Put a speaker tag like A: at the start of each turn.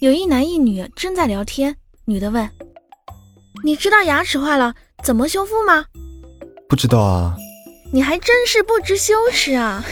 A: 有一男一女正在聊天，女的问：“你知道牙齿坏了怎么修复吗？”
B: 不知道啊。
A: 你还真是不知羞耻啊！